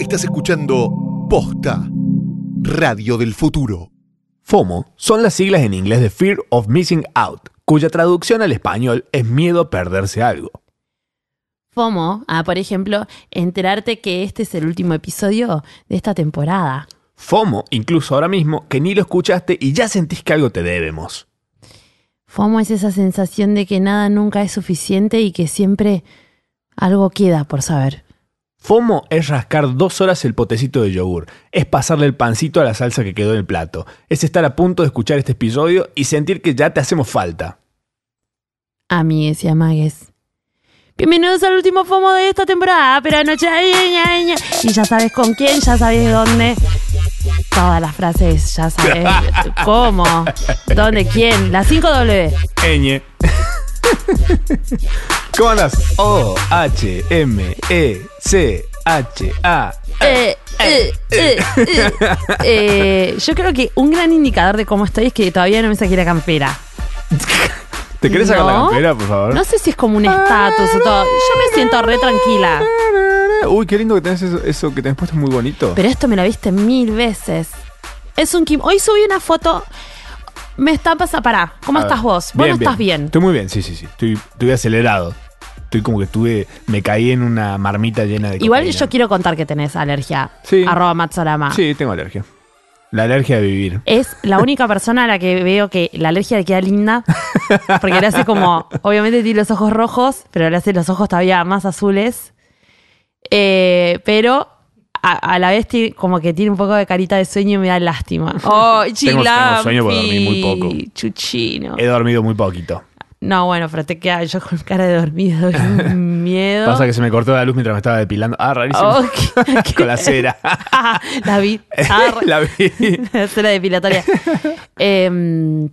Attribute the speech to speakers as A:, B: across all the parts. A: Estás escuchando Posta, Radio del Futuro.
B: FOMO son las siglas en inglés de Fear of Missing Out, cuya traducción al español es miedo a perderse algo.
C: FOMO, a, por ejemplo, enterarte que este es el último episodio de esta temporada.
B: FOMO, incluso ahora mismo, que ni lo escuchaste y ya sentís que algo te debemos.
C: FOMO es esa sensación de que nada nunca es suficiente y que siempre algo queda por saber.
B: FOMO es rascar dos horas el potecito de yogur, es pasarle el pancito a la salsa que quedó en el plato, es estar a punto de escuchar este episodio y sentir que ya te hacemos falta.
C: Amigues y amagues. Bienvenidos al último FOMO de esta temporada, pero anoche... ay, ay, ay, ay. Y ya sabes con quién, ya sabes dónde. Todas las frases, ya sabes cómo, dónde, quién. Las 5W.
B: Ñ. ¿Cómo andas? O, H, M, E, C, H, A.
C: Eh, eh, eh, eh. Eh, yo creo que un gran indicador de cómo estoy es que todavía no me saqué la campera.
B: ¿Te querés sacar la
C: No.
B: campera, por favor?
C: No sé si es como un estatus o todo. Yo me siento re tranquila.
B: Uy, qué lindo que tenés eso, eso que tenés puesto, es muy bonito.
C: Pero esto me lo viste mil veces. Es un Kim. Hoy subí una foto. Me está pasando. Pará, ¿cómo
B: A ver.
C: estás vos? Vos no estás bien.
B: Estoy muy Ah, bien, sí, sí, sí. Estoy, estoy acelerado. Estoy como que estuve, me caí en una marmita llena de
C: Igual
B: cocaína.
C: yo quiero contar que tenés alergia.
B: Sí.
C: Arroba Matsorama.
B: Sí, tengo alergia. La alergia de vivir.
C: Es la única persona a la que veo que la alergia le queda linda. Porque le hace como. Obviamente tiene los ojos rojos, pero le hace los ojos todavía más azules. Eh, pero. A, a la vez ti- como que tiene un poco de carita de sueño y me da lástima. Oh,
B: Tengo- tengo sueño porque dormí muy poco.
C: Chilampi, Chuchino.
B: He dormido muy poquito.
C: No, bueno, pero te queda yo con cara de dormido y un miedo.
B: Pasa que se me cortó la luz mientras me estaba depilando. Ah, rarísimo.
C: Oh, qué- qué-
B: Con la cera.
C: Ah, la vi. Ah,
B: la vi.
C: la cera depilatoria. Em,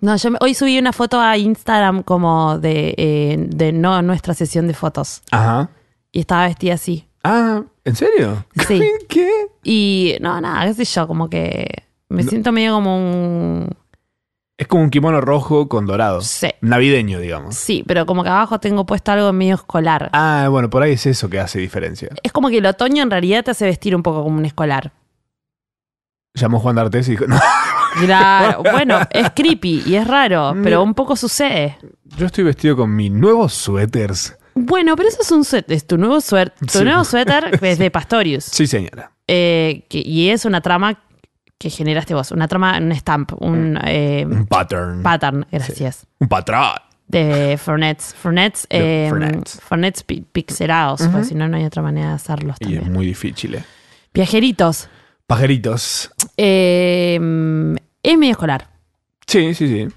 C: no, yo me- hoy subí una foto a Instagram como de, eh, de no nuestra sesión de fotos.
B: Ajá.
C: Y estaba vestida así.
B: Ah, ¿en serio?
C: Sí.
B: ¿Qué?
C: Y no, nada, qué sé yo, como que me siento medio como un...
B: Es como un kimono rojo con dorado.
C: Sí,
B: Navideño, digamos.
C: sí, pero como que abajo tengo puesto algo medio escolar.
B: Ah, bueno, por ahí es eso que hace diferencia.
C: Es como que el otoño en realidad te hace vestir un poco como un escolar.
B: Llamó Juan D'Artes y dijo, no,
C: Claro, bueno, es creepy y es raro,
B: Mm.
C: pero un poco sucede.
B: yo estoy vestido con mis nuevos suéteres.
C: Bueno, pero eso es un suéter, es tu nuevo suéter, tu
B: Sí.
C: nuevo suéter es de Pastorius.
B: Sí, señora.
C: Eh, que- y es una trama que generaste vos, una trama, un stamp, un
B: Mm.
C: eh,
B: Un pattern.
C: pattern, gracias.
B: un patrón.
C: De Fornets. Fornets,
B: De
C: eh,
B: Fornets.
C: Fornets pi- pixelados, porque si no, no hay otra manera de hacerlos
B: Y es
C: también.
B: muy difícil. eh.
C: Viajeritos.
B: Pajaritos.
C: Eh, es medio escolar.
B: Sí, sí, sí.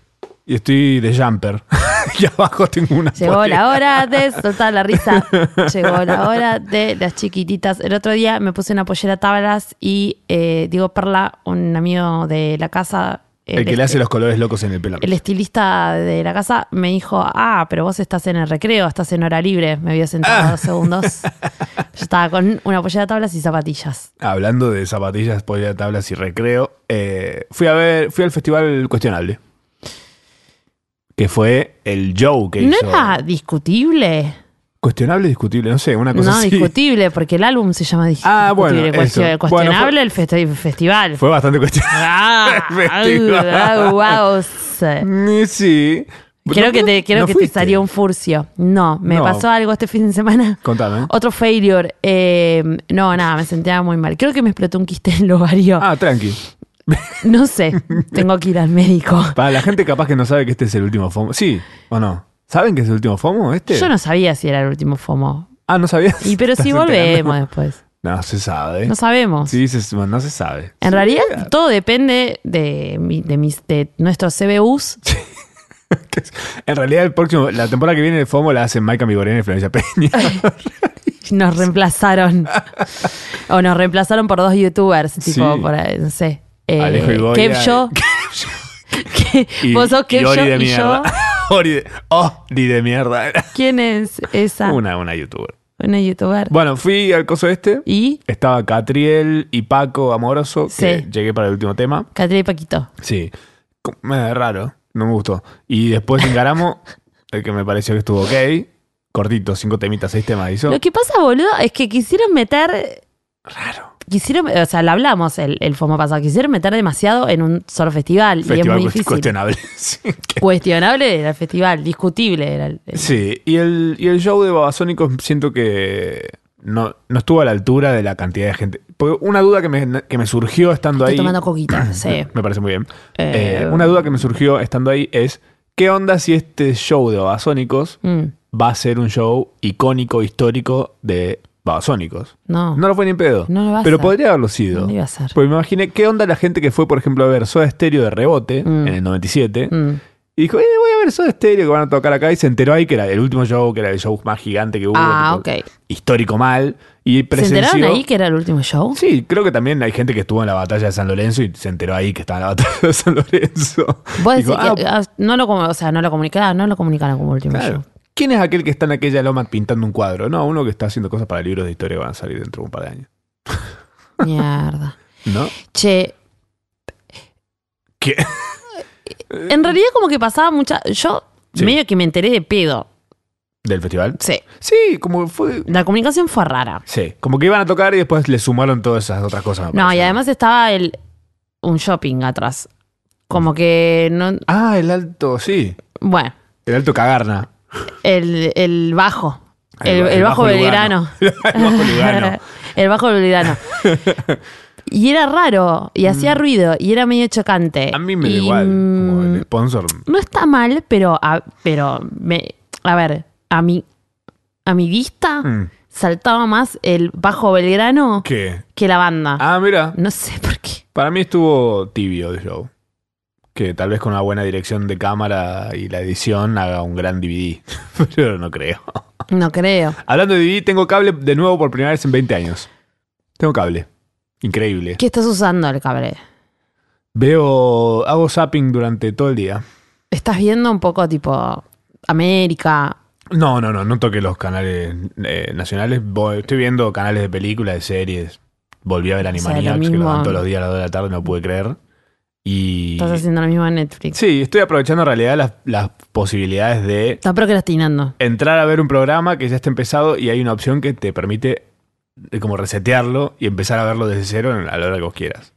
B: Y estoy de jumper. y abajo tengo una.
C: Llegó
B: polera.
C: la hora de soltar la risa. Llegó la hora de las chiquititas. El otro día me puse una pollera tablas y eh, Diego Perla, un amigo de la casa,
B: El que le hace los colores locos en el pelo.
C: este. el estilista de la casa, me dijo, ah, pero vos estás en el recreo, estás en hora libre. Me vio
B: Ah.
C: sentado dos segundos. Yo estaba con una pollera tablas y zapatillas.
B: Hablando de zapatillas, polera, tablas y recreo, eh, fui a ver, fui al festival cuestionable. Que fue el Joe que
C: ¿No
B: hizo.
C: era discutible?
B: Cuestionable, discutible, no sé, una cosa
C: No,
B: así.
C: discutible, porque el álbum se llama discutible.
B: Ah, bueno, eso.
C: cuestionable,
B: Bueno, fue-
C: el festi- festival.
B: Fue bastante cuestionable.
C: Ah,
B: Festival.
C: ah, wow. sí.
B: Sí.
C: Quiero
B: No,
C: que te,
B: no
C: quiero que te
B: fuiste.
C: salió un furcio. No, me
B: No.
C: pasó algo este fin de semana.
B: Contame.
C: Otro failure. Eh, no, nada, me sentía muy mal. Creo que me explotó un quiste en el ovario.
B: Ah, tranqui.
C: No sé, tengo que ir al médico.
B: Para la gente capaz que no sabe que este es el último FOMO. Sí, o no. ¿Saben que es el último FOMO este?
C: Yo no sabía si era el último FOMO.
B: Ah, no sabías.
C: Y pero
B: ¿Estás
C: si volvemos
B: enterando?
C: después.
B: No se sabe.
C: No sabemos.
B: Sí, se- bueno, no se sabe.
C: En realidad todo depende de, mi- de, mis, de nuestros CBUs.
B: En realidad, el próximo, la temporada que viene de FOMO la hacen Maika Migorena y Florencia Peña.
C: Nos reemplazaron. o nos reemplazaron por dos youtubers. Tipo,
B: Sí.
C: por, eh, no sé. eh,
B: Alejo y Goya.
C: Kev Yo. Que-
B: Y-
C: Vos sos
B: y
C: Kev
B: Ori
C: Yo
B: de
C: y yo.
B: mierda. Ori de, oh, Ori de mierda.
C: ¿Quién es esa?
B: Una,
C: Una,
B: una youtuber.
C: youtuber.
B: Bueno, fui al coso este.
C: Y
B: Estaba Catriel y Paco Amoroso, que
C: Sí.
B: llegué para el último tema.
C: Catriel y Paquito.
B: Sí. Co- eh, raro, no me gustó. Y después encaramos el que me pareció que estuvo ok. Cortito, cinco temitas, seis temas hizo.
C: Lo que pasa, boludo, es que quisieron meter
B: Raro.
C: Quisieron, o sea, lo hablamos el, el FOMO pasado, quisieron meter demasiado en un solo festival, y es
B: Festival
C: muy
B: cuest-
C: difícil.
B: cuestionable. sí, que-
C: Cuestionable era el festival, discutible era el- el-
B: Sí, y el, y el show de Babasónicos siento que no, no estuvo a la altura de la cantidad de gente. Porque una duda que me, que me surgió estando
C: Estoy
B: ahí.
C: tomando coquita, sí.
B: Me parece muy bien.
C: Eh,
B: Eh, una duda que me surgió estando ahí es: ¿qué onda si este show de Babasónicos
C: Mm,
B: va a ser un show icónico, histórico de Babasónicos?
C: no.
B: No pues, lo fue ni en pedo.
C: No lo va a
B: pero
C: ser.
B: podría haberlo sido.
C: No lo iba a ser.
B: Porque me imaginé qué onda la gente que fue, por ejemplo, a ver Soda Stereo de rebote
C: Mm.
B: en el 97.
C: Mm.
B: Y dijo, eh, voy a ver Soda Stereo que van a tocar acá. Y se enteró ahí que era el último show, que era el show más gigante que hubo.
C: Ah,
B: tipo,
C: ok.
B: Histórico mal. Y
C: ¿Se
B: presenció...
C: enteraron ahí que era el último show?
B: Sí, creo que también hay gente que estuvo en la batalla de San Lorenzo y se enteró ahí que estaba en la batalla de San Lorenzo.
C: Vos decís
B: Dijo, "Ah,
C: que ah, no lo, com- o sea, no lo comunicaron, no lo comunicaron como último
B: claro.
C: show.
B: ¿Quién es aquel que está en aquella loma pintando un cuadro? No, uno que está haciendo cosas para libros de historia que van a salir dentro de un par de años.
C: Mierda.
B: ¿No?
C: Che,
B: ¿Qué?
C: en realidad como que pasaba mucha... Yo
B: Sí.
C: medio que me enteré de pedo.
B: ¿Del festival?
C: Sí.
B: Sí, como fue.
C: La comunicación fue rara.
B: Sí, como que iban a tocar y después le sumaron todas esas otras cosas. me
C: No,
B: parece.
C: y además estaba el, un shopping atrás. Como que no...
B: Ah, el alto, sí.
C: Bueno,
B: El alto cagarna.
C: el, el bajo. El, el bajo, belgrano.
B: el bajo Lugano.
C: el bajo belgrano. y era raro, y hacía ruido, y era medio chocante.
B: Mm. A mí me da
C: Y,
B: igual. Como
C: mm,
B: el sponsor.
C: No está mal, pero a, pero me, a ver, a mi, a mi vista
B: Mm.
C: saltaba más el bajo belgrano
B: ¿Qué?
C: que la banda.
B: Ah, mira.
C: No sé por qué.
B: Para mí estuvo tibio el show. Que tal vez con una buena dirección de cámara y la edición haga un gran DVD. Pero no creo.
C: No creo.
B: Hablando de DVD, tengo cable de nuevo por primera vez en 20 años. Tengo cable. Increíble.
C: ¿Qué estás usando el cabré?
B: Veo, hago zapping durante todo el día.
C: ¿Estás viendo un poco tipo América?
B: No, no, no, no toqué los canales eh, nacionales. Voy- estoy viendo canales de películas, de series. Volví a ver
C: sea,
B: Animaniacs,
C: lo
B: que lo
C: mismo.
B: dan todos los días a las 2 de la tarde, no pude creer. Y.
C: Estás haciendo lo mismo en Netflix.
B: Sí, estoy aprovechando en realidad las, las posibilidades de
C: Estás procrastinando.
B: entrar a ver un programa que ya está empezado y hay una opción que te permite eh, como resetearlo y empezar a verlo desde cero en- a la hora que vos quieras.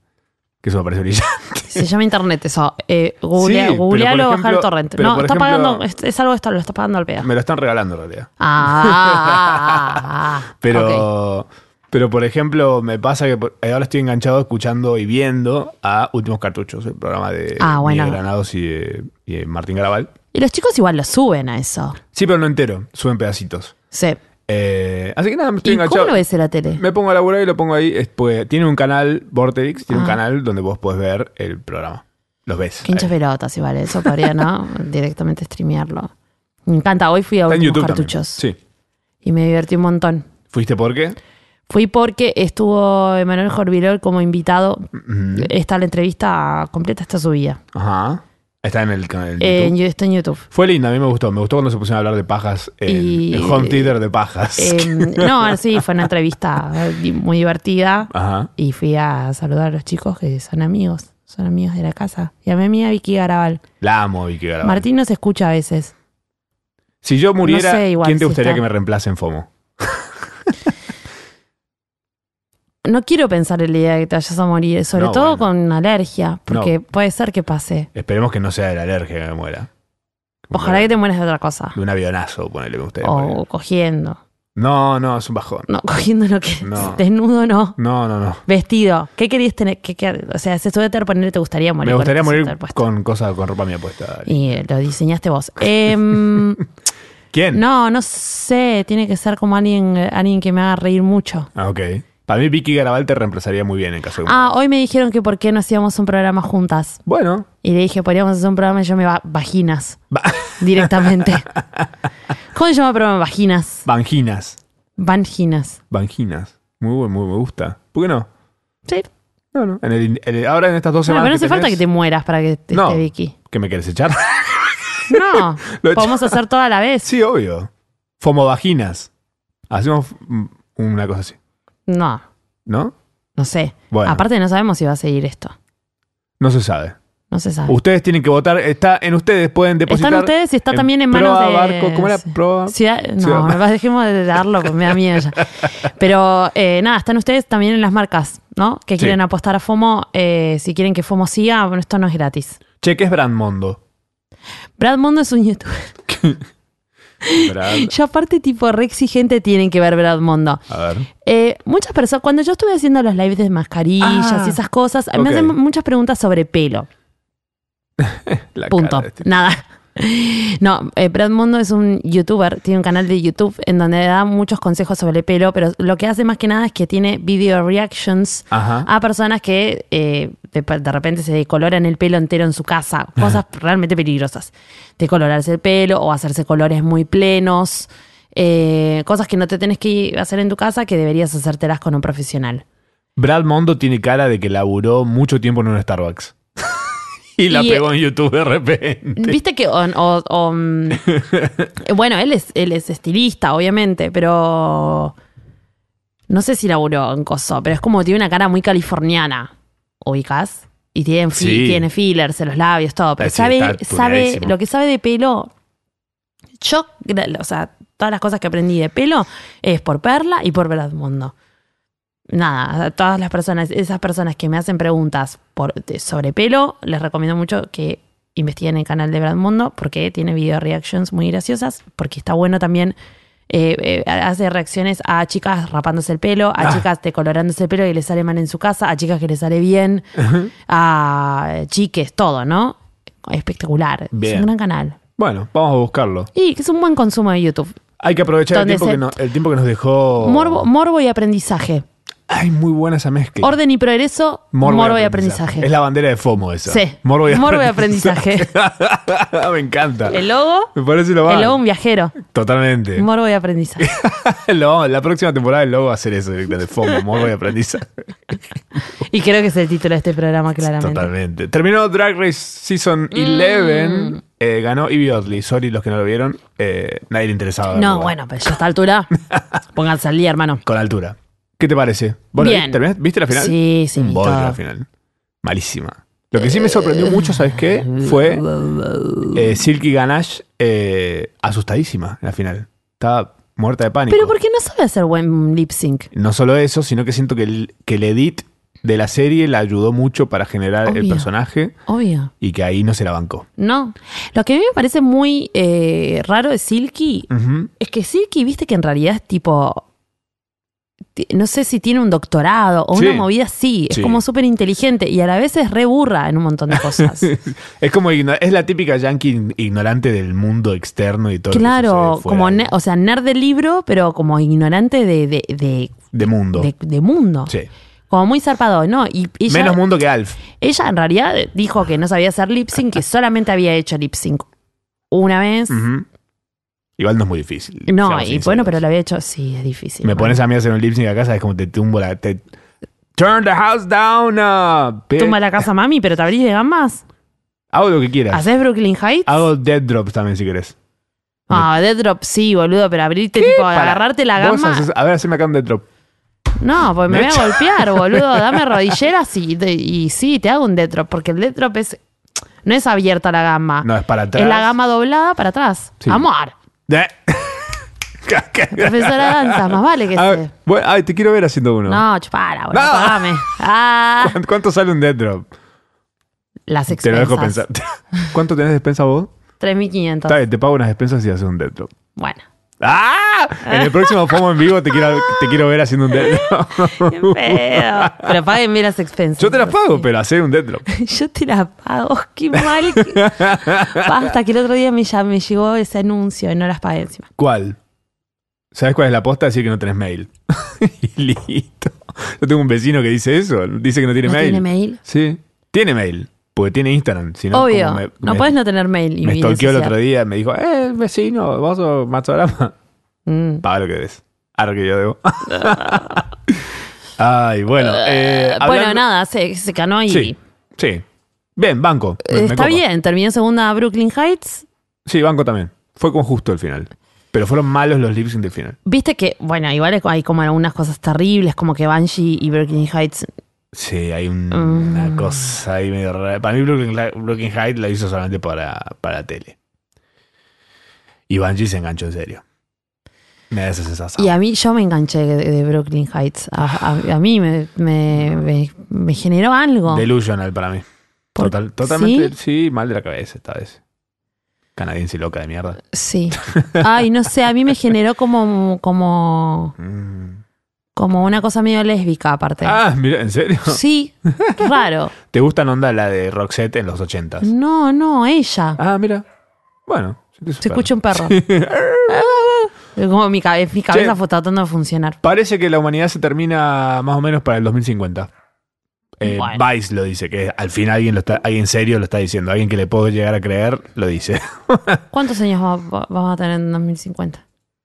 B: Que eso me parece brillante.
C: Se llama internet eso. Eh, googlea-
B: Sí, pero por
C: googlealo o bajar el
B: ejemplo-
C: torrent.
B: pero
C: No,
B: por
C: está
B: ejemplo-
C: pagando. Es, es algo esto, lo está pagando al pedo.
B: Me lo están regalando en realidad.
C: Ah, ok.
B: Pero, pero por ejemplo, me pasa que por- eh, ahora estoy enganchado escuchando y viendo a Últimos Cartuchos, el programa de
C: Ah, bueno.
B: Miguel Granados y de, y de Martín Garabal.
C: Y los chicos igual lo suben a eso.
B: Sí, pero no entero, suben pedacitos.
C: Sí.
B: Eh, así que nada, me estoy
C: ¿Y cómo
B: enganchado.
C: lo ves en la tele?
B: Me pongo a laburar y lo pongo ahí. es- pues, tiene un canal, Vortex, tiene un
C: Ah.
B: canal donde vos podés ver el programa. Los ves.
C: Qué hinchas
B: ahí.
C: pelotas igual. Eso podría, ¿no? Directamente streamearlo. Me encanta. Hoy fui a
B: Está en
C: Últimos
B: YouTube también.
C: Cartuchos.
B: Sí.
C: Y me divertí un montón.
B: ¿Fuiste por qué?
C: Fui porque estuvo Emanuel Jorvilol como invitado.
B: Ujú.
C: Está la entrevista completa, está subida.
B: Mm-hmm. Ajá. Está en el canal. de
C: Eh,
B: YouTube.
C: en- está en YouTube.
B: Fue linda, a mí me gustó. Me gustó cuando se pusieron a hablar de pajas en
C: Y-
B: el home theater de pajas.
C: Eh, no, sí, fue una entrevista eh, muy divertida.
B: Ajá.
C: Y fui a saludar a los chicos que son amigos, son amigos de la casa. Y a mi amiga Vicky Garabal.
B: La amo, Vicky Garabal.
C: Martín nos escucha a veces.
B: si yo muriera,
C: no sé, igual,
B: ¿quién te
C: si
B: gustaría
C: está-
B: que me reemplace en FOMO?
C: No quiero pensar en la idea de que te vayas a morir, sobre
B: No,
C: todo
B: bueno.
C: con alergia, porque puede ser que pase.
B: Esperemos que no sea de la alergia que me muera.
C: Ojalá que te mueras de otra cosa.
B: De un avionazo, ponele, me gustaría. morir.
C: O cogiendo.
B: No, no, es un bajón.
C: No, cogiendo no que
B: No.
C: desnudo no.
B: No, no, no.
C: Vestido. ¿Qué querías tener? ¿Qué, qué- o sea, ese suéter ponerle te gustaría morir.
B: Me
C: con
B: gustaría
C: este
B: morir
C: suéter puesto.
B: con cosas, con ropa mía puesta. dale.
C: Y eh, lo diseñaste vos. Em,
B: ¿Quién?
C: no, no sé. Tiene que ser como alguien, alguien que me haga reír mucho.
B: Ah, ok. Para mí, Vicky Garabal te reemplazaría muy bien en caso de.
C: Ah, hoy me dijeron que por qué no hacíamos un programa juntas.
B: Bueno,
C: Y le dije, podríamos hacer un programa y yo me va vaginas
B: va-
C: directamente. ¿Cómo se llama el programa? Vaginas.
B: Vanginas.
C: Vanginas.
B: Vanginas. Muy bueno, muy me gusta. ¿Por qué no?
C: Sí.
B: No, no. En el- en el- ahora en estas dos
C: Bueno,
B: semanas.
C: pero no hace falta que
B: tenés-
C: te mueras para que te
B: No.
C: esté Vicky.
B: ¿Que me quieres echar?
C: No,
B: Lo he
C: podemos hacer toda la vez.
B: sí, obvio. Fomovaginas. Hacemos mm, una cosa así,
C: No,
B: ¿no?
C: no sé.
B: Bueno,
C: Aparte no sabemos si va a seguir esto.
B: no se sabe.
C: No se sabe.
B: Ustedes tienen que votar. Está en ustedes, pueden depositar.
C: Están ustedes y está también en manos
B: Proa
C: de-
B: Barco. ¿Cómo era?
C: sí.
B: Proa.
C: Ciudad-
B: Ciudad-
C: no, me- dejemos de darlo, porque me da miedo ya. Pero eh, nada, están ustedes también en las marcas, ¿no? Que
B: Sí.
C: quieren apostar a FOMO. eh, si quieren que FOMO siga, bueno, esto no es gratis.
B: Che, ¿qué es Brandmondo?
C: Brad Mondo es un youtuber. Yo aparte, tipo, re exigente tienen que ver Brad Mondo.
B: A ver.
C: Eh, muchas personas, cuando yo estuve haciendo los lives de mascarillas
B: Ah,
C: y esas cosas,
B: ok.
C: me hacen muchas preguntas sobre pelo.
B: La
C: Punto.
B: cara de este-
C: Nada. No, eh, Brad Mondo es un youtuber, tiene un canal de YouTube en donde da muchos consejos sobre pelo, pero lo que hace más que nada es que tiene video reactions
B: Ajá.
C: a personas que eh, de, de repente se decoloran el pelo entero en su casa, cosas realmente peligrosas. Decolorarse el pelo o hacerse colores muy plenos, eh, cosas que no te tenés que hacer en tu casa que deberías hacértelas con un profesional.
B: Brad Mondo tiene cara de que laburó mucho tiempo en un Starbucks. y la
C: Y-
B: pegó en YouTube de repente.
C: Viste que. o- o- o, mm, bueno, él es, él es estilista, obviamente, pero. No sé si laburó en coso, pero es como tiene una cara muy californiana. ¿Ubicás? Y tiene, fi-
B: Sí.
C: tiene fillers en los labios, todo. Pero
B: Sí,
C: sabe,
B: está
C: sabe.
B: tuneadísimo.
C: Lo que sabe de pelo. Yo, gra- o sea, todas las cosas que aprendí de pelo es por Perla y por Mundo nada, a todas las personas, esas personas que me hacen preguntas por, de- sobre pelo, les recomiendo mucho que investiguen el canal de Brad Mundo porque tiene video reactions muy graciosas, porque está bueno también. eh, eh, hace reacciones a chicas rapándose el pelo, a
B: Ah.
C: chicas decolorándose el pelo y les sale mal en su casa, a chicas que les sale bien, a chiques, todo, ¿no? Espectacular. Es
B: Bien.
C: un gran canal.
B: Bueno, vamos a buscarlo.
C: Y que es un buen consumo de YouTube.
B: Hay que aprovechar el
C: Donde
B: tiempo,
C: se-
B: que no- el tiempo que nos dejó.
C: Morbo, morbo y aprendizaje.
B: Ay, muy buena esa mezcla.
C: Orden y progreso, morbo, y aprendizaje.
B: Es la bandera de FOMO esa.
C: Sí.
B: Morbo y
C: Morbo y
B: aprendizaje. Me encanta.
C: El logo,
B: Me parece lo
C: el
B: va.
C: logo un viajero.
B: Totalmente.
C: Morbo y aprendizaje.
B: Lo- la próxima temporada el logo va a ser eso, de FOMO, morbo y aprendizaje.
C: Y creo que es el título de este programa, claramente. Mm.
B: Totalmente. Terminó Drag Race Season 11. eh, ganó Ivy Oddly. Sorry los que no lo vieron. eh, nadie le interesaba. verlo,
C: No,
B: igual.
C: bueno, pero ya a esta altura, pónganse al día, hermano.
B: Con altura. ¿Qué te parece? ¿Vos la
C: Bien.
B: viste? ¿Terminaste? ¿Viste la final?
C: Sí, sí,
B: Un
C: vi
B: bodrio
C: todo.
B: la final. Malísima. Lo que sí me
C: Eh.
B: sorprendió mucho, ¿sabes qué? Fue eh, Silky Ganache eh, asustadísima en la final. Estaba muerta de pánico.
C: Pero porque no sabe hacer buen lip sync.
B: No solo eso, sino que siento que el, que el edit de la serie la ayudó mucho para generar el
C: Obvio.
B: personaje
C: Obvio.
B: y que ahí no se la bancó.
C: No. Lo que a mí me parece muy eh, raro de Silky
B: Ujú.
C: es que Silky, viste que en realidad es tipo. ti- No sé si tiene un doctorado o
B: Sí.
C: una movida así. Es
B: Sí.
C: como súper inteligente y a la vez es re burra en un montón de cosas.
B: Es como igno- es la típica yankee ign- ignorante del mundo externo y todo. lo que
C: Claro,
B: sucede fuera
C: como
B: de-
C: ne- o sea, nerd del libro, pero como ignorante de, de, de,
B: de mundo.
C: de- de mundo.
B: Sí.
C: Como muy zarpado, ¿no? Y ella,
B: Menos mundo que Alf.
C: ella en realidad dijo que no sabía hacer lip sync, que solamente había hecho lip sync una vez.
B: Ujú. Igual no es muy difícil.
C: No,
B: seamos
C: y
B: sinceros.
C: bueno, pero lo había hecho. Sí, es difícil.
B: Me
C: man.
B: pones a mí a hacer un lip sync acá, sabes como te tumbo la. te- Turn the house down. uh, bitch.
C: Tumba la casa, mami, pero te abrís de gambas.
B: Hago lo que quieras.
C: ¿Haces Brooklyn Heights?
B: Hago dead drops también si querés.
C: Ah, Dead Drop sí, boludo, pero abrirte, tipo,
B: Para.
C: agarrarte la
B: Vos
C: gamba.
B: haces- a ver, haceme acá un dead drop.
C: No, pues me
B: Me
C: voy a
B: echa-
C: golpear, boludo. Dame rodilleras y, de- y sí, te hago un dead drop, porque el dead drop es. No es abierta la gama.
B: No, es para atrás.
C: Ah. Es la gama doblada para atrás.
B: Sí.
C: Amor.
B: Eh.
C: Profesora de danza, más vale que
B: A ver,
C: se.
B: bueno, ay, te quiero ver haciendo uno.
C: No, chupala, boludo.
B: No.
C: Pagame. Ah,
B: ¿Cuánto- ¿Cuánto sale un dead drop?
C: las
B: Te lo
C: expensas.
B: dejo pensar. ¿Cuánto tenés de despensa vos? Está
C: 3.500.
B: bien, te pago unas despensas y haces un dead drop.
C: Bueno.
B: ¡Ah! En el próximo FOMO en vivo te quiero, te quiero ver haciendo un dead drop.
C: Qué pedo. Pero páguenme las expensas.
B: Yo te las pago, pero hacer un dead drop.
C: Yo te las pago. Qué mal. que- Basta, que el otro día me, llam- me llegó ese anuncio y no las pagué encima.
B: ¿Cuál? ¿Sabes cuál es la posta? Decir que no tenés mail. y listo. Yo tengo un vecino que dice eso. Dice que no tiene
C: ¿No
B: mail.
C: tiene mail?
B: Sí. Tiene mail. Porque tiene Instagram. Si no,
C: Obvio.
B: como me-
C: no
B: me-
C: puedes no tener mail. y
B: Me stalkeó el
C: social.
B: otro día. Me dijo, eh, vecino, vos sos Matsorama.
C: Mm.
B: Paga lo que des. Ahora que yo debo. Ay, bueno. eh,
C: Bueno,
B: hablando-
C: nada, se, se ganó y.
B: Sí, sí. Bien, banco. Me-
C: Eh,
B: me
C: Está
B: copa.
C: bien, terminó segunda Brooklyn Heights.
B: Sí, banco también. Fue con justo el final. Pero fueron malos los lip sync del final.
C: Viste que, bueno, igual hay como algunas cosas terribles, como que Banshee y Brooklyn Heights
B: Sí, hay un-
C: Mm.
B: una cosa ahí medio rara. Para mí, Brooklyn, Li- Brooklyn Heights la hizo solamente para, para tele. Y Bungie se enganchó en serio. Me da esa sensación.
C: Y a mí, yo me enganché de, de Brooklyn Heights. A, a- a mí me, me- me- me generó algo.
B: Delusional para mí.
C: Por-
B: Total- totalmente, ¿Sí? mal de la cabeza esta vez. Canadiense loca de mierda.
C: Sí. Ay, no sé, a mí me generó como, como,
B: Mm.
C: como una cosa medio lésbica, aparte.
B: Ah, mira, ¿en serio?
C: Sí, raro.
B: ¿Te gustan onda la de Roxette en los ochentas?
C: No, no, ella.
B: Ah, mira. Bueno.
C: Mm. Se escucha un perro. Como mi, cabe- mi cabeza fue tratando de funcionar.
B: Parece que la humanidad se termina más o menos para el 2050. Eh,
C: Bueno.
B: Vice lo dice, que al fin alguien lo está, alguien serio lo está diciendo, alguien que le puedo llegar a creer lo dice.
C: ¿Cuántos años va- va- vamos a tener en 2050?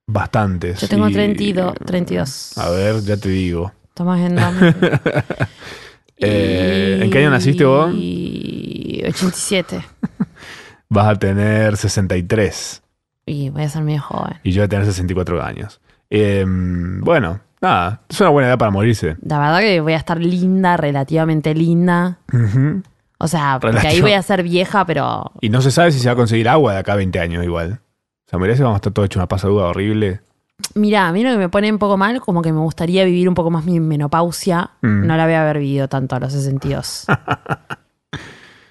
B: Bastantes.
C: Yo tengo
B: Y-
C: 32. 32.
B: A ver, ya te digo.
C: Estamos en 2000.
B: Eh, ¿en qué año naciste vos?
C: Y 87.
B: Vas a tener 63
C: Y voy a ser medio joven.
B: y yo voy a tener 64 años. Em, bueno, nada, es una buena edad para morirse.
C: La verdad que voy a estar linda, relativamente linda.
B: Ujú.
C: O sea, porque ahí
B: Relativo.
C: voy a ser vieja, pero
B: Y no se sabe si se va a conseguir agua de acá a 20 años igual. O sea, mirá si vamos a estar todo hecho una pasaduda horrible.
C: Mira, a mí lo que me pone un poco mal, como que me gustaría vivir un poco más mi menopausia.
B: Mm.
C: No la voy a haber vivido tanto a los 62.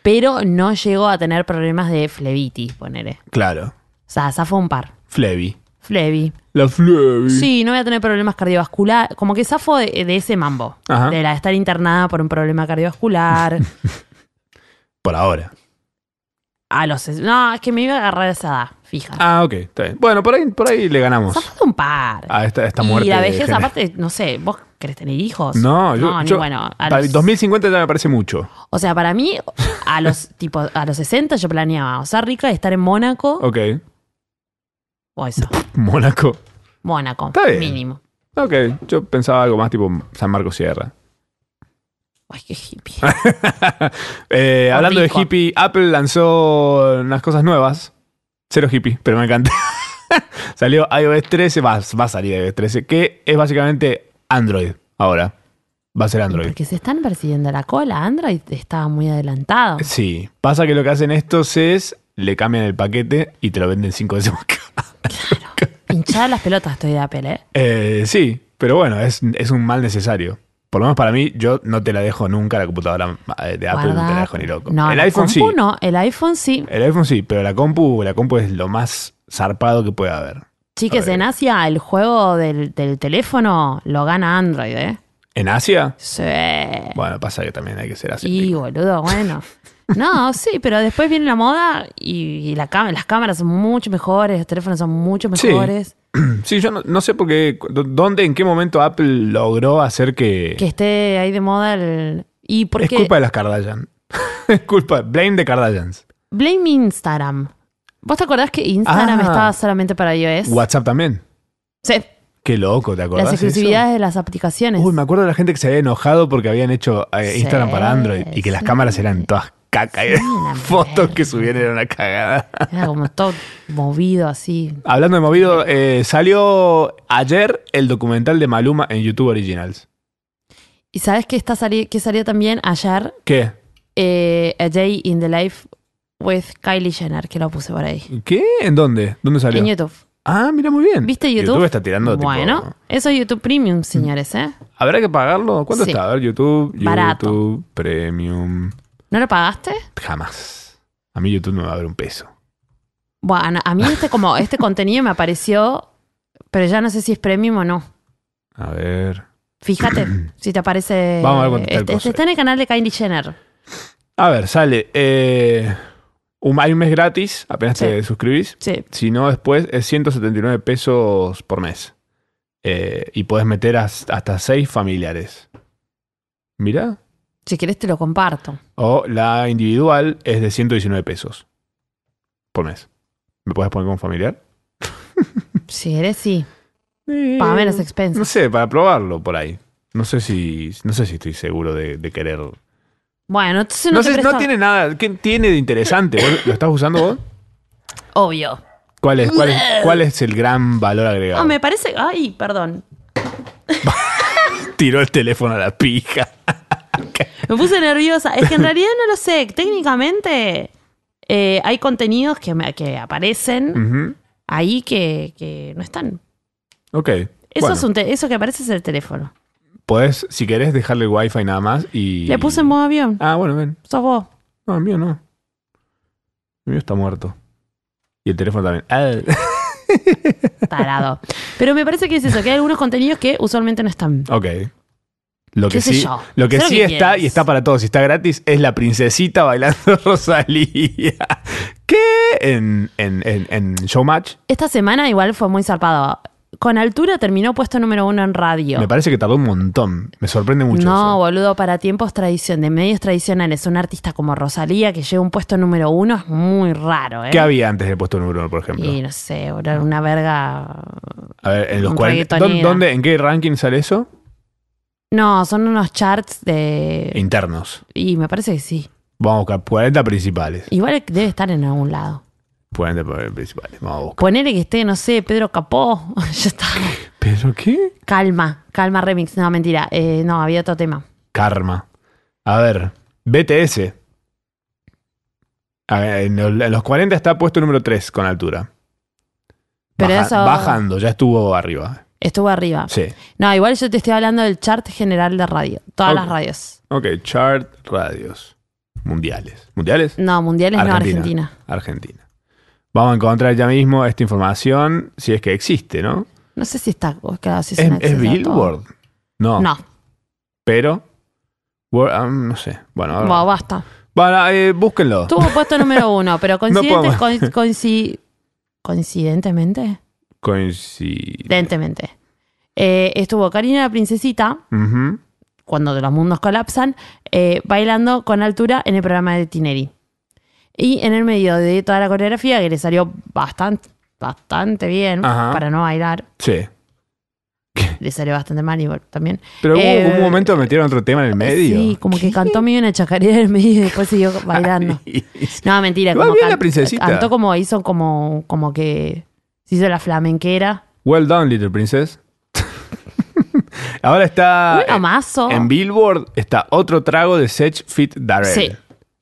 C: Pero no llego a tener problemas de flebitis, ponele.
B: Claro.
C: O sea, zafo un par.
B: Flevi.
C: Flebi.
B: La Flevi.
C: Sí, no voy a tener problemas cardiovasculares. Como que zafo de, de ese mambo.
B: Ajá.
C: De la de estar internada por un problema cardiovascular.
B: Por ahora.
C: a los... ses- No, es que me iba a agarrar esa edad, fija.
B: Ah, ok, está bien. Bueno, por ahí, por ahí le ganamos
C: Zafo de un par.
B: a esta, esta muerte.
C: y la
B: Ah, de
C: vejez,
B: género.
C: aparte, no sé, ¿vos querés tener hijos?
B: No, yo-
C: ni
B: yo-
C: bueno. a
B: Para
C: los-
B: el 2050 ya me parece mucho.
C: O sea, para mí, a los tipo, a los 60 yo planeaba o sea, rica estar en Mónaco
B: Ok.
C: o eso.
B: Mónaco.
C: Mónaco,
B: Está bien.
C: mínimo.
B: Ok, yo pensaba algo más tipo San Marcos Sierra.
C: Ay, qué hippie.
B: Eh,
C: O
B: hablando
C: rico.
B: de hippie, Apple lanzó unas cosas nuevas. Cero hippie, pero me encanta. Salió iOS 13, va, va a salir iOS 13, que es básicamente Android ahora. Va a ser Android.
C: Porque se están persiguiendo la cola. Android estaba muy adelantado.
B: Sí. Pasa que lo que hacen estos es le cambian el paquete y te lo venden 5 veces más caro.
C: Hinchada las pelotas estoy de Apple, ¿eh?
B: Eh, sí, pero bueno, es, es un mal necesario. Por lo menos para mí, yo no te la dejo nunca la computadora eh, de Apple, no te la
C: Guarda-
B: dejo ni loco.
C: No,
B: el
C: la
B: iPhone sí.
C: compu no, el iPhone sí.
B: El iPhone sí, pero la compu, la compu es lo más zarpado que puede haber.
C: Chiques, en Asia el juego del, del teléfono lo gana Android, ¿eh?
B: ¿En Asia?
C: Sí.
B: Bueno, pasa que también hay que ser
C: Y
B: así.
C: boludo, bueno. No, sí, pero después viene la moda y, y la cam- las cámaras son mucho mejores, los teléfonos son mucho
B: Sí.
C: mejores.
B: Sí, yo no, no sé por qué, cu- dónde, en qué momento Apple logró hacer que...
C: Que esté ahí de moda el... Y
B: es
C: porque...
B: culpa de las Kardashian. es culpa, blame de Kardashians.
C: Blame Instagram. ¿Vos te acordás que Instagram
B: Ah.
C: estaba solamente para iOS?
B: WhatsApp también.
C: Sí,
B: Qué loco, ¿te acordás?
C: las
B: de eso?
C: exclusividades de las aplicaciones.
B: Uy, me acuerdo de la gente que se había enojado porque habían hecho eh,
C: Sí,
B: Instagram para Android y que las
C: sí.
B: cámaras eran todas caca. y
C: Sí, la
B: fotos
C: mierda.
B: que subían eran una cagada.
C: Era como todo movido así.
B: Hablando de movido, eh, salió ayer el documental de Maluma en YouTube Originals.
C: ¿Y sabés que, está sali- que salió también ayer?
B: ¿Qué?
C: Eh, a Day in the Life with Kylie Jenner, que lo puse por ahí.
B: ¿Qué? ¿En dónde? ¿Dónde salió?
C: En YouTube.
B: Ah, mira muy bien.
C: ¿Viste YouTube?
B: YouTube está tirando tipo-
C: Bueno, eso es YouTube Premium, señores, ¿eh?
B: ¿Habrá que pagarlo? ¿Cuánto
C: Sí.
B: está? A ver, YouTube,
C: Barato.
B: YouTube, Premium.
C: ¿No lo pagaste?
B: Jamás. A mí YouTube no me va a dar un peso.
C: Bueno, a mí este como este contenido me apareció, pero ya no sé si es premium o no.
B: A ver.
C: Fíjate si te aparece.
B: Vamos a ver cuánto está el
C: Este-
B: coso.
C: este está en el canal de Kylie Jenner.
B: A ver, sale. eh, un, hay un mes gratis, apenas
C: Sí.
B: te suscribís.
C: Sí.
B: Si no, después es 179 pesos por mes. Eh, y puedes meter as- hasta 6 familiares. Mira.
C: Si querés te lo comparto.
B: O la individual es de 119 pesos por mes. ¿Me puedes poner como familiar?
C: Si querés, sí. Para menos
B: No
C: expensas.
B: sé, para probarlo por ahí. No sé si, no sé si estoy seguro de, de querer. No,
C: Bueno, entonces no, te
B: sé,
C: presto-
B: no tiene nada. ¿Qué tiene de interesante? ¿Vos ¿Lo estás usando vos?
C: Obvio.
B: ¿Cuál es, cuál es, cuál es el gran valor agregado?
C: Ah, me parece. Ay, perdón.
B: Tiró el teléfono a la pija.
C: Me puse nerviosa. Es que en realidad no lo sé. Técnicamente eh, hay contenidos que, me- que aparecen
B: Ujú.
C: ahí que, que no están.
B: Ok.
C: Eso,
B: Bueno,
C: es un te- eso que aparece es el teléfono.
B: podés, si querés, dejarle el wifi nada más y...
C: Le puse en modo avión.
B: Ah, bueno, ven.
C: Sos vos.
B: No, el mío no. El mío está muerto. Y el teléfono también. Ah,
C: Tarado. Pero me parece que es eso, que hay algunos contenidos que usualmente no están.
B: ok. Lo
C: ¿Qué
B: que
C: sé
B: sí,
C: yo?
B: lo que
C: Sé lo
B: sí
C: que
B: está,
C: quieras.
B: y está para todos, y está gratis, es la princesita bailando Rosalía. ¿Qué? En, en, en, en Showmatch.
C: Esta semana igual fue muy zarpado. Con altura terminó puesto número uno en radio.
B: Me parece que tardó un montón. Me sorprende mucho.
C: no,
B: eso.
C: boludo, para tiempos tradición, de medios tradicionales, un artista como Rosalía que llega a un puesto número uno es muy raro, ¿eh?
B: ¿Qué había antes del puesto número uno, por ejemplo?
C: Y no sé, boludo, era una verga.
B: A ver, en los 40.
C: un
B: ¿dó-
C: reggaetonero.
B: ¿Dónde, ¿En qué ranking sale eso?
C: No, son unos charts de.
B: Internos.
C: Y me parece que sí.
B: Vamos a buscar 40 principales.
C: Igual debe estar en algún lado.
B: 40 principales. Vamos a buscar.
C: Ponele que esté, no sé, Pedro Capó. ya está.
B: ¿Pero qué?
C: Calma, calma remix. No, mentira. Eh, no, había otro tema.
B: Karma. A ver, BTS. A ver, en, el- en los 40 está puesto número 3 con altura.
C: Pero
B: Baja-
C: eso-
B: Bajando, ya estuvo arriba.
C: Estuvo arriba.
B: Sí.
C: No, igual yo te estoy hablando del chart general de radio. Todas
B: Ok.
C: las radios.
B: Ok, chart radios. Mundiales. ¿Mundiales?
C: No, mundiales no, Argentina.
B: Argentina. Vamos a encontrar ya mismo esta información, si es que existe, ¿no?
C: No sé si está. oh, Claro, si es,
B: ¿Es,
C: un
B: es
C: acceso a todo.
B: Billboard? No.
C: No,
B: Pero. Word- ah, no sé. Bueno, ahora-
C: bueno, basta.
B: Bueno, eh, búsquenlo.
C: Tuvo puesto número uno, pero coincidente,
B: podemos.
C: coin- coinci- coincidentemente,
B: Coincide.
C: evidentemente. Eh, estuvo Karina la princesita,
B: Ujú.
C: cuando los mundos colapsan, eh, bailando con altura en el programa de Tineri. Y en el medio de toda la coreografía, que le salió bastante, bastante bien
B: Ajá.
C: para no bailar,
B: Sí.
C: le salió bastante mal igual también.
B: Pero hubo
C: Eh,
B: un momento que metieron otro tema en el medio.
C: Sí, como que cantó medio una chacarera en el medio y después siguió bailando. No, mentira.
B: Igual
C: como
B: bien la
C: can-
B: princesita.
C: Cantó como hizo como, como que se hizo la flamenquera.
B: Well done, Little Princess. Ahora está.
C: Un amazo.
B: Ah, eh, En Billboard está otro trago de Sech Fit Darrell.
C: Sí.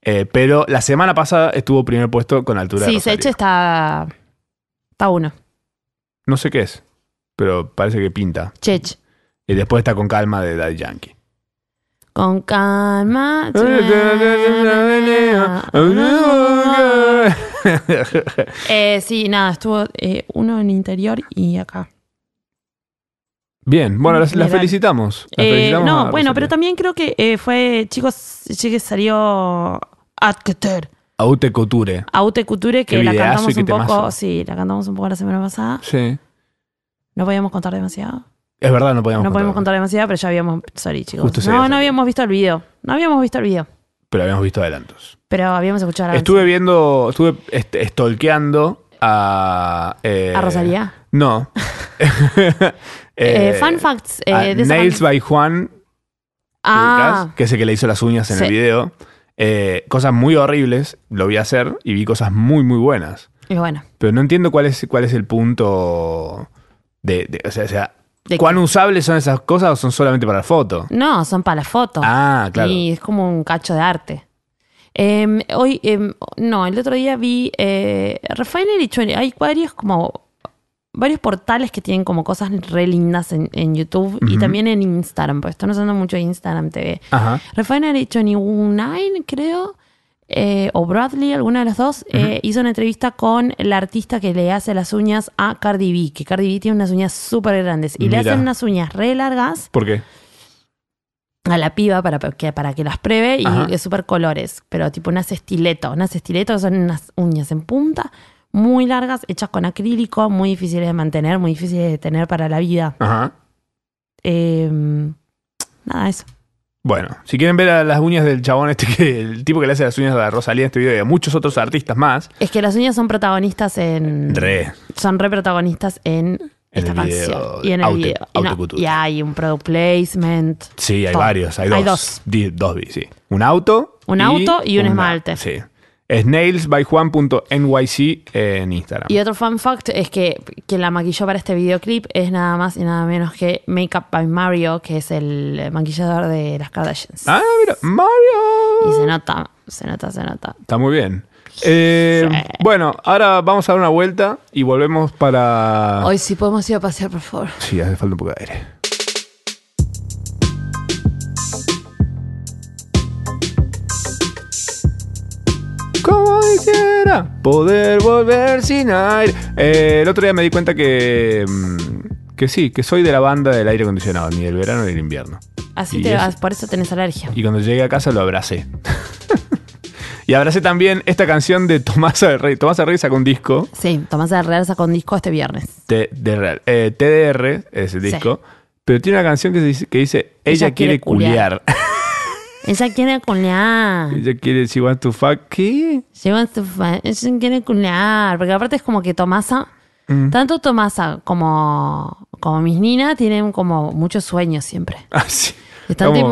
B: Eh, pero la semana pasada estuvo primer puesto con altura de
C: Sí,
B: Rosalía.
C: Sech está. Está uno.
B: No sé qué es, pero parece que pinta.
C: Chech.
B: Y después está con calma de Daddy Yankee.
C: Con calma.
B: eh, eh,
C: Ah. Eh, sí, nada, estuvo eh, uno en interior y acá.
B: Bien, bueno, las, las
C: General.
B: felicitamos. Las
C: Eh,
B: felicitamos a
C: no,
B: Rosalía.
C: bueno, pero también creo que eh, fue. Chicos, que salió. Adketer.
B: Aute Couture.
C: Aute Couture,
B: Qué
C: que la
B: videazo
C: cantamos
B: y
C: un
B: qué
C: poco.
B: temazo.
C: Sí, la cantamos un poco la semana pasada.
B: Sí.
C: No podíamos contar demasiado.
B: Es verdad, no podíamos
C: No
B: contarlo.
C: podemos contar demasiado, pero ya habíamos. Sorry, chicos.
B: Justo se había
C: no, no
B: salido.
C: habíamos visto el video. No habíamos visto el video.
B: Pero habíamos visto adelantos.
C: Pero habíamos escuchado la
B: Estuve viendo, estuve este, stalkeando a. eh,
C: canción. a Rosalía.
B: No.
C: Eh,
B: Eh,
C: fun facts. eh,
B: a
C: de esa
B: Nails
C: can-
B: by Juan,
C: Ah,
B: Lucas, que es el que le hizo las uñas en el
C: Sí.
B: video. Eh, cosas muy horribles, lo vi hacer y vi cosas muy, muy buenas.
C: y bueno.
B: Pero no entiendo cuál es, cuál es el punto de. de- o sea, o sea,
C: ¿De qué?
B: ¿cuán usables son esas cosas o son solamente para la foto?
C: No, son para la foto.
B: Ah, claro.
C: Y es como un cacho de arte. Em, hoy, em, no, el otro día vi eh, Refinery 20. Hay varios como varios portales que tienen como cosas re lindas en, en YouTube y
B: Ujú.
C: también en Instagram, porque están usando mucho Instagram TV.
B: Ajá.
C: Refinery 29, creo, eh, o Bradley, alguna de las dos, eh, hizo una entrevista con la artista que le hace las uñas a Cardi B, que Cardi B tiene unas uñas súper grandes y
B: Mira.
C: le hacen unas uñas re largas
B: ¿Por qué?
C: a la piba para que, para que las pruebe y
B: Ajá.
C: es súper colores, pero tipo unas estileto, unas estileto que son unas uñas en punta. Muy largas, hechas con acrílico, muy difíciles de mantener, muy difíciles de tener para la vida.
B: Ajá.
C: Eh, nada, eso.
B: Bueno, si quieren ver a las uñas del chabón este que el tipo que le hace las uñas a Rosalía en este video y a muchos otros artistas más,
C: Es que las uñas son protagonistas en.
B: re.
C: son re protagonistas en,
B: En
C: esta
B: el video,
C: canción y en el
B: Haute-
C: video. Y,
B: Haute
C: no-
B: Couture.
C: y hay un product placement.
B: Sí, hay
C: Todo.
B: varios, hay dos.
C: Hay dos.
B: Di- dos vi, sí. Un auto.
C: Un auto y un esmalte.
B: Sí. snailsbyjuan.nyc en Instagram.
C: Y otro fun fact es que quien la maquilló para este videoclip es nada más y nada menos que Makeup by Mario, que es el maquillador de las Kardashians.
B: Ah, mira, Mario.
C: Y se nota, se nota, se nota.
B: Está muy bien. Eh,
C: Sí.
B: Bueno, ahora vamos a dar una vuelta y volvemos para...
C: Hoy sí podemos ir a pasear, por favor.
B: Sí, hace falta un poco de aire. Como quisiera poder volver sin aire. Eh, el otro día me di cuenta que. mm, Que sí, que soy de la banda del aire acondicionado, ni del verano ni del invierno.
C: Así
B: Y
C: te
B: eso-
C: vas, por eso tenés alergia.
B: Y cuando llegué a casa lo abracé. y abracé también esta canción de Tomás del Rey. Tomás del Rey sacó un disco
C: Sí, Tomás de Real sacó un disco este viernes.
B: T- de real. Eh, TDR es el
C: Sí.
B: disco. Pero tiene una canción que, se dice, que dice Ella, quiere culiar.
C: Ella quiere culear.
B: Ella quiere She wants to fuck. ¿Qué?
C: Llevan su fa- Ella quiere culear. Porque aparte es como que Tomasa,
B: Mm.
C: tanto Tomasa como, como mis Nina tienen como muchos sueños siempre.
B: Así.
C: Están tipo,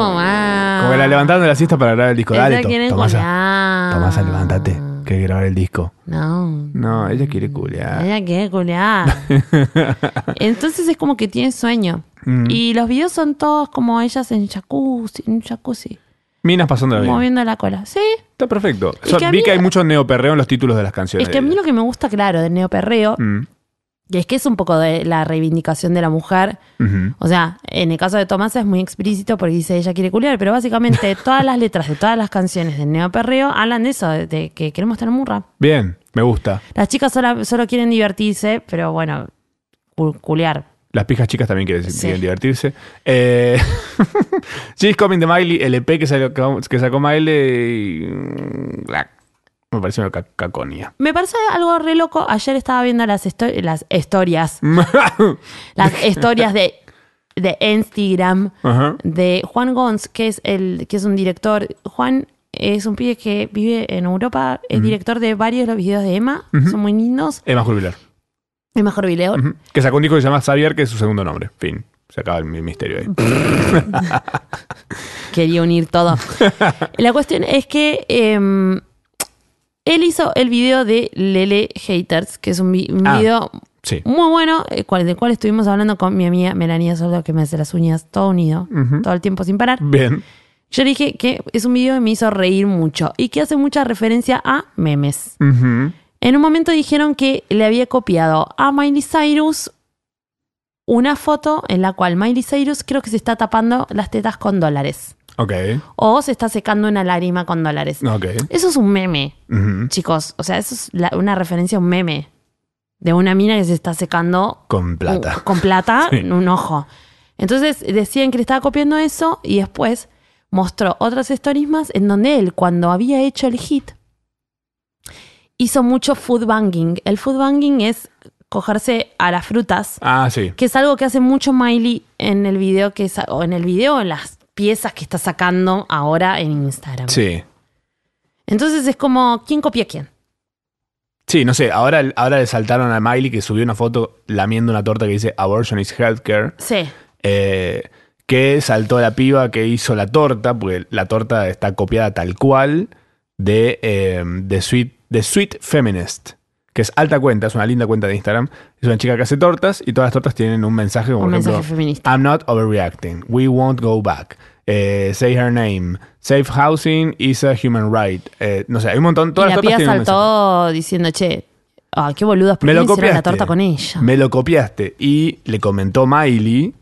B: Ah,
C: ah.
B: como que la levantaron de la siesta para grabar el disco. Dale,
C: Ella
B: to-
C: quiere
B: Tomasa.
C: culear.
B: Tomasa, levántate. Que hay que grabar el disco.
C: No.
B: No, ella quiere culiar.
C: Ella quiere culear. Entonces es como que tiene sueño.
B: Mm.
C: Y los videos son todos como ellas en jacuzzi, en un jacuzzi,
B: Minas pasando la vida.
C: moviendo la cola. Sí,
B: Está perfecto.
C: Es
B: Yo
C: que a
B: vi
C: mí-
B: que hay mucho neoperreo en los títulos de las canciones.
C: es que a mí lo que me gusta, claro, del neoperreo,
B: Mm,
C: y es que es un poco de la reivindicación de la mujer.
B: ujú.
C: O sea, en el caso de Tomasa es muy explícito porque dice ella quiere culiar, pero básicamente todas las letras de todas las canciones del neoperreo hablan de eso, de, de que queremos tener murra.
B: Bien, me gusta.
C: Las chicas solo, solo quieren divertirse, pero bueno, cu- culiar.
B: Las pijas chicas también quieren,
C: Sí.
B: quieren divertirse. Eh, She's Coming de Miley, el EP que sacó, que sacó Miley. y, mm, la- me parece una ca- caconía.
C: Me parece algo re loco. Ayer estaba viendo las, histo- las historias. las historias de, de Instagram
B: Ajá.
C: de Juan Gons, que es, el, que es un director. Juan es un pibe que vive en Europa, es director de varios de los videos de Emma, son muy lindos.
B: Emma Jurbilar.
C: Emma Jorvileo.
B: Que sacó un disco que se llama Xavier, que es su segundo nombre. Fin. Se acaba el mi- misterio ahí.
C: Quería unir todo. La cuestión es que em, él hizo el video de Lele Haters, que es un, vi- un
B: Ah.
C: video
B: Sí.
C: muy bueno, el cual- del cual estuvimos hablando con mi amiga Melania Soldo, que me hace las uñas todo unido, todo el tiempo sin parar.
B: Bien.
C: Yo le dije que es un video que me hizo reír mucho y que hace mucha referencia a memes.
B: Ujú.
C: En un momento dijeron que le había copiado a Miley Cyrus una foto en la cual Miley Cyrus creo que se está tapando las tetas con dólares
B: Ok.
C: o se está secando una lágrima con dólares.
B: Ok.
C: Eso es un meme,
B: Ujú.
C: chicos. O sea, eso es la- una referencia a un meme de una mina que se está secando
B: Con
C: u-
B: plata.
C: Uh, con plata
B: Sí.
C: en un ojo. Entonces decían que le estaba copiando eso y después mostró otras stories más en donde él, cuando había hecho el hit, hizo mucho food banging. El food banging es cogerse a las frutas
B: Ah, sí.
C: que es algo que hace mucho Miley en el video que sa- o en el video en las piezas que está sacando ahora en Instagram.
B: Sí.
C: Entonces es como quién copia a quién.
B: Sí, no sé. Ahora, ahora le saltaron a Miley que subió una foto lamiendo una torta que dice Abortion is healthcare.
C: Sí.
B: eh, que saltó la piba que hizo la torta, porque la torta está copiada tal cual de eh, de Sweet, de Sweet Feminist, que es alta cuenta, es una linda cuenta de Instagram. Es una chica que hace tortas y todas las tortas tienen un mensaje como
C: Un
B: por
C: mensaje
B: ejemplo,
C: feminista.
B: I'm not overreacting, we won't go back. eh, say her name. Safe housing is a human right. eh, no sé, hay un montón.
C: Y
B: Todas
C: la
B: las tortas
C: piba
B: tienen un mensaje.
C: saltó diciendo, che, ah, qué boludas, ¿por
B: Me
C: qué
B: lo
C: me hicieron la
B: copiaste.
C: torta con ella?
B: Me lo copiaste. Y le comentó Miley.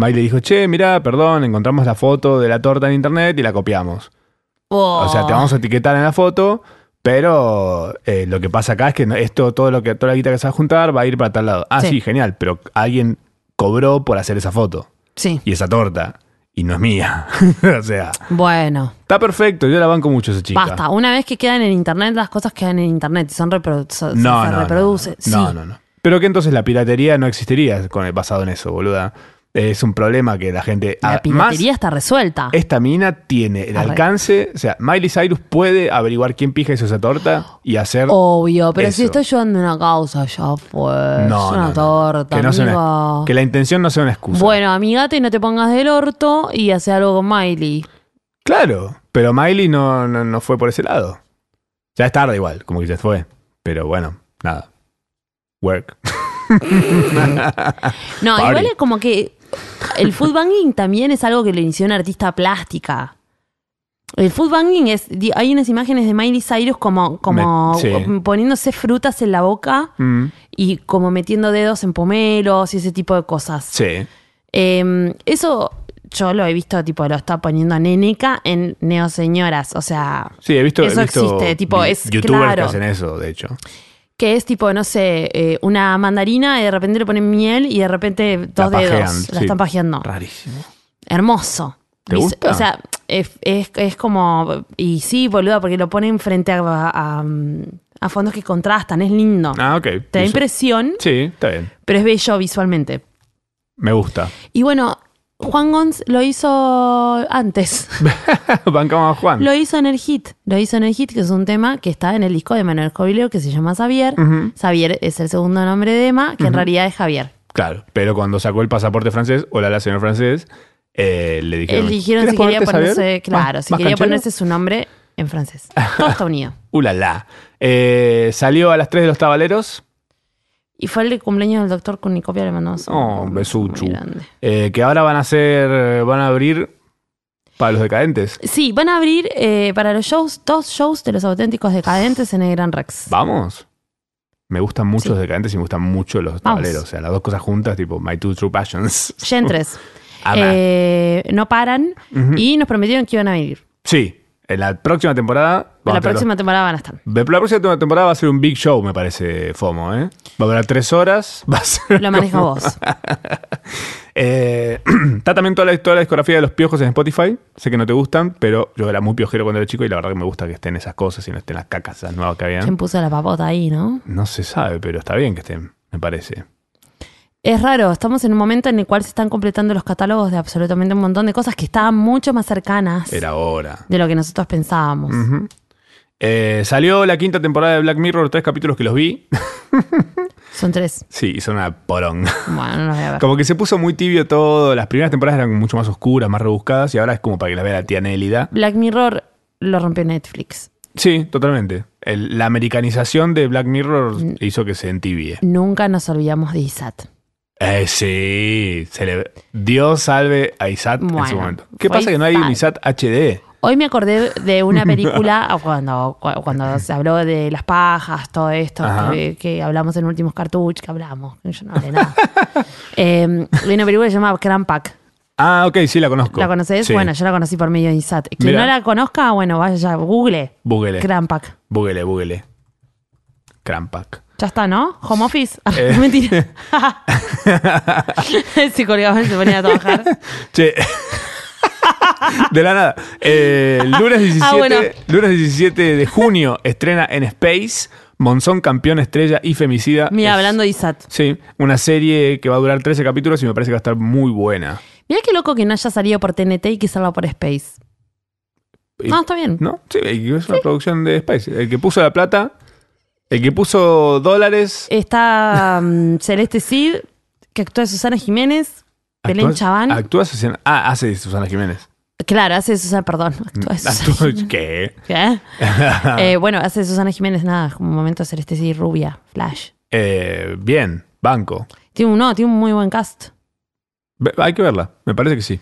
B: Miley dijo, che, mira, perdón, encontramos la foto de la torta en internet y la copiamos.
C: Oh.
B: O sea, te vamos a etiquetar en la foto, pero eh, lo que pasa acá es que no- esto, todo lo que, toda la guita que se va a juntar va a ir para tal lado. Ah,
C: Sí.
B: sí, genial, pero alguien cobró por hacer esa foto
C: Sí.
B: y esa torta. Y no es mía. o sea,
C: Bueno,
B: está perfecto. Yo la banco mucho a esa chica.
C: basta. Una vez que quedan en internet, las cosas quedan en internet y son reprodu- so-
B: No,
C: se
B: no, no,
C: reproducen.
B: No,
C: Sí.
B: no, no, no. Pero que entonces la piratería no existiría con el basado en eso, boluda. Es un problema que la gente.
C: La
B: Ah,
C: piratería
B: más,
C: está resuelta.
B: esta mina tiene el
C: Arre.
B: alcance. O sea, Miley Cyrus puede averiguar quién pija hizo esa torta y hacer.
C: Obvio, pero si
B: Eso.
C: está ayudando una causa, ya fue. es
B: no,
C: una
B: no, no.
C: torta,
B: que, no sea una-
C: amigo.
B: que la intención no sea una excusa.
C: Bueno, amigate y no te pongas del orto y hace algo con Miley.
B: Claro, pero Miley no, no, no fue por ese lado. O Ya es tarde igual, como que ya fue. Pero bueno, nada. Work.
C: No,
B: Party.
C: igual es como que el food banking también es algo que lo inició una artista plástica. El food banking es. di- Hay unas imágenes de Miley Cyrus como, como
B: Me- sí.
C: poniéndose frutas en la boca
B: Mm,
C: y como metiendo dedos en pomelos y ese tipo de cosas.
B: sí.
C: Eh, eso yo lo he visto, tipo, lo está poniendo Neneca en Neo Señoras. O sea,
B: Sí, he visto. he
C: Eso
B: visto
C: existe, tipo,
B: vi-
C: es-
B: Youtubers que
C: claro.
B: hacen eso, de hecho.
C: que es tipo, no sé, eh, una mandarina y de repente le ponen miel y de repente dos
B: La
C: dedos
B: pajean,
C: la
B: sí.
C: están pajeando.
B: Rarísimo.
C: Hermoso.
B: ¿Te
C: Vis-
B: gusta?
C: O sea, es, es- es como. Y sí, boluda, porque lo ponen frente a, a- a fondos que contrastan, es lindo.
B: Ah, ok.
C: Te da
B: Eso-
C: impresión,
B: Sí, está bien.
C: pero es bello visualmente.
B: Me gusta.
C: Y bueno, Juan Gons lo hizo antes.
B: Bancamos a Juan.
C: Lo hizo en el hit. Lo hizo en el hit, que es un tema que está en el disco de Manuel Cobileo que se llama Xavier.
B: Ujú.
C: Xavier es el segundo nombre de Emma, que en realidad es Javier.
B: Claro, pero cuando sacó el pasaporte francés, hola, la señor francés, eh, le dijeron.
C: Él dijeron
B: "¿Querés
C: si quería
B: ponerte
C: ponerse.
B: Xavier?
C: Claro,
B: ¿Más-
C: si
B: más
C: quería
B: canchero?".
C: ponerse su nombre en francés. Todo está unido.
B: Ulala. Eh, salió a las 3 de los tabaleros.
C: Y fue el cumpleaños del doctor Cunicopia, le mandamos un
B: Oh, un
C: beso muy
B: besuchu.
C: grande.
B: eh, que ahora van a hacer. Van a abrir para los decadentes.
C: Sí, van a abrir eh, para los shows, dos shows de los auténticos decadentes en el Gran Rex.
B: Vamos. Me gustan mucho
C: Sí.
B: los decadentes y me gustan mucho los tabaleros. O sea, las dos cosas juntas, tipo My Two True Passions.
C: Gentres,
B: Ama.
C: eh, no paran
B: Ujú.
C: y nos prometieron que iban a venir.
B: Sí, en la próxima temporada. vamos
C: La
B: a tener los-
C: próxima temporada van a estar.
B: La próxima temporada va a ser un big show, me parece, FOMO, ¿eh? Va a durar tres horas. Va a ser
C: Lo manejas vos.
B: Eh, está también toda la, toda la discografía de los piojos en Spotify. Sé que no te gustan, pero yo era muy piojero cuando era chico y la verdad que me gusta que estén esas cosas y no estén las cacas esas nuevas que
C: ¿Quién
B: habían.
C: puso la papota ahí, no?
B: No se sabe, pero está bien que estén, me parece.
C: Es raro, estamos en un momento en el cual se están completando los catálogos de absolutamente un montón de cosas que estaban mucho más cercanas
B: Era hora.
C: de lo que nosotros pensábamos.
B: Ujú. Eh, salió la quinta temporada de Black Mirror, tres capítulos que los vi.
C: Son tres.
B: Sí, y son una poronga.
C: Bueno, no los voy a ver.
B: Como que se puso muy tibio todo. Las primeras temporadas eran mucho más oscuras, más rebuscadas y ahora es como para que la vea la tía Nélida.
C: Black Mirror lo rompió Netflix.
B: Sí, totalmente. El- la americanización de Black Mirror
C: Mm.
B: hizo que se entibie.
C: Nunca nos olvidamos de Isat.
B: Eh, sí, se le- Dios salve a Isat en su
C: Bueno,
B: momento. ¿Qué
C: fue
B: pasa que no hay un
C: Isaac.
B: Isat HD?
C: Hoy me acordé de una película o cuando, cu- cuando se habló de las pajas, todo esto,
B: Ajá.
C: que, que hablamos en últimos cartuchos, que hablamos, que yo no hablé nada. Eh, hay una película que se llama Crampack.
B: Ah, ok, sí, la conozco.
C: ¿La conoces?
B: Sí.
C: Bueno, yo la conocí por medio de ISAT. Quien
B: Mirá. Eh.
C: no la conozca, bueno, vaya, google
B: Búguele,
C: Crampack.
B: búguele, búguele. Crampack.
C: Ya está, ¿no? Home office. Ah,
B: Eh.
C: Mentira. se colgaba y se ponía a trabajar.
B: Che. De la nada. Eh, lunes, 17,
C: Ah, bueno.
B: lunes 17 de junio estrena en Space Monzón Campeón Estrella y Femicida.
C: Mira,
B: Es-
C: hablando de ISAT.
B: Sí, una serie que va a durar 13 capítulos y me parece que va a estar muy buena.
C: Mira qué loco que no haya salido por TNT y que salga por Space.
B: Y-
C: No, está bien.
B: ¿No? Sí, y es una producción de Space. El que puso la plata, el que puso dólares.
C: Está mm, Celeste Cid, que actúa Susana Jiménez, Belén
B: actúa-
C: Chabán.
B: Actúa Susana. Ah, hace de Susana Jiménez. Mm,
C: claro, hace de Susana, perdón, actúa de Susana.
B: Actúa-
C: Jiménez.
B: ¿Qué?
C: ¿Qué? Eh, bueno, hace de Susana Jiménez, nada, como un momento Celeste Cid rubia, flash.
B: Eh, bien, banco.
C: Tiene un, no, tiene un muy buen cast.
B: Ve- Hay que verla, me parece que sí.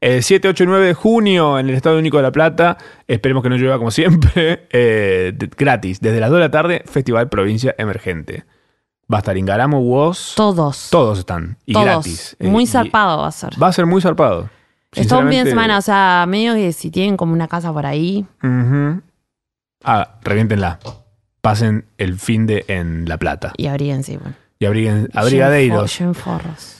B: Eh, 7, 8 y 9 de junio en el Estado Único de La Plata. Esperemos que no llueva como siempre. Eh, de- gratis, desde las 2 de la tarde, Festival Provincia Emergente. Va a estar Ingaramo, Woz.
C: Todos.
B: Todos están. Y
C: todos.
B: gratis. Eh,
C: Muy
B: y-
C: zarpado va a ser.
B: Va a ser muy zarpado.
C: Es todo un fin
B: Sinceramente-
C: de semana, o sea, medio que si tienen como una casa por ahí.
B: Ujú. Ah, reviéntenla. Pasen el fin de en La Plata.
C: Y abríguense, bueno.
B: Y abriguen,
C: Lleven
B: abrigadeiros.
C: for- lleven forros.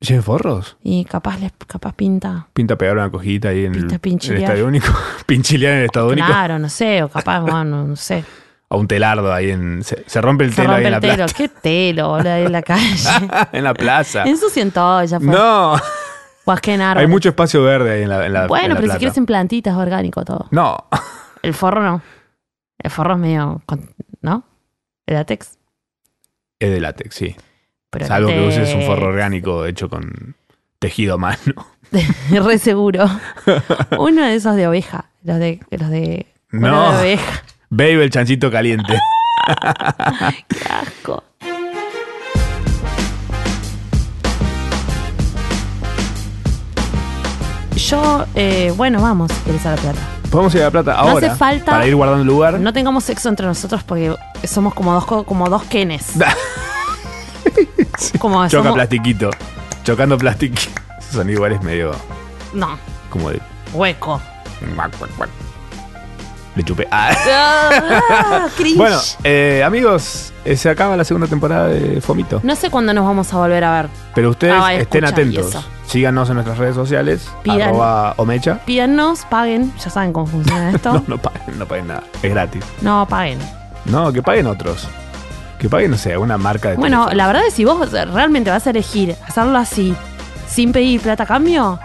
B: Lleven forros.
C: Y capaz les, capaz pinta.
B: Pinta pegar una cojita ahí en,
C: Pinta
B: el, en
C: pinchilear.
B: el Estadio Único. Pinchilear en el Estado Único.
C: Claro, no sé, o capaz, bueno, no sé.
B: A un telardo ahí en. Se, se rompe el
C: Se
B: telo ahí
C: rompe
B: en la
C: el telo.
B: plaza.
C: ¿Qué telo, boludo, ahí en la calle?
B: en la plaza.
C: Ensucien todo, ya fue.
B: No.
C: Guasquen
B: Hay
C: árboles.
B: mucho espacio verde ahí en la. en la- en
C: Bueno,
B: La
C: pero si
B: Plata.
C: quieres em- en plantitas, orgánico todo.
B: No.
C: El forro no. El forro es medio. con- ¿No? El látex.
B: Es de látex, sí.
C: Pero el
B: Salvo que
C: látex-
B: uses un forro orgánico hecho con tejido a mano.
C: Re seguro. Uno de esos de oveja. Los de. Los de. cuero
B: No.
C: de oveja.
B: Babe el chanchito caliente.
C: Qué asco. Yo, eh, bueno, vamos, querés a la plata.
B: Podemos ir a la plata ahora.
C: hace falta-
B: Para ir guardando lugar.
C: No tengamos sexo entre nosotros porque somos como dos, co- como dos kenes. como
B: Choca
C: somos-
B: plastiquito. Chocando plastiquito. Son iguales medio
C: No,
B: como de.
C: hueco.
B: Le chupé. Ah.
C: Ah, cringe.
B: Bueno, eh, amigos, eh, se acaba la segunda temporada de Fomito.
C: No sé cuándo nos vamos a volver a ver.
B: Pero ustedes
C: Ah, vale,
B: estén
C: escucha, y
B: atentos.
C: eso.
B: Síganos en nuestras redes sociales.
C: Pidan.
B: Arroba Omecha.
C: Pídanos, paguen. Ya saben cómo funciona esto.
B: No,
C: no.
B: no paguen, no paguen nada. Es gratis.
C: paguen.
B: No, que paguen otros. Que paguen, no sé, una marca de
C: Bueno,
B: teléfonos.
C: la verdad es si vos realmente vas a elegir hacerlo así, sin pedir plata a cambio,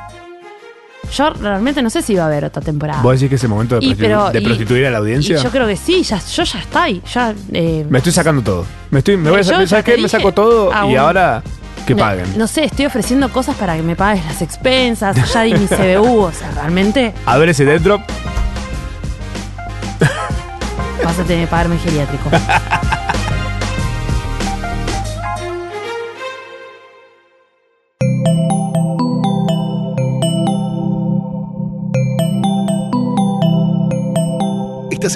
C: yo realmente no sé si va a haber otra temporada.
B: ¿Vos decís que ese momento de,
C: Y,
B: prostitu-
C: pero-
B: de
C: y-
B: prostituir a la
C: y
B: audiencia?
C: yo creo que sí, ya, yo ya estoy. Ya, eh,
B: Me estoy sacando todo. Me estoy, me voy a
C: Eh, yo
B: sa-
C: ya
B: ¿sabes
C: te
B: qué? Me
C: dije-
B: saco todo
C: Ah,
B: y
C: bueno.
B: ahora que
C: no-
B: paguen.
C: No, sé, estoy ofreciendo cosas para que me pagues las expensas, ya di mi CBU, o sea, realmente
B: A ver ese death drop.
C: vas a tener que pagarme geriátrico.
A: Estás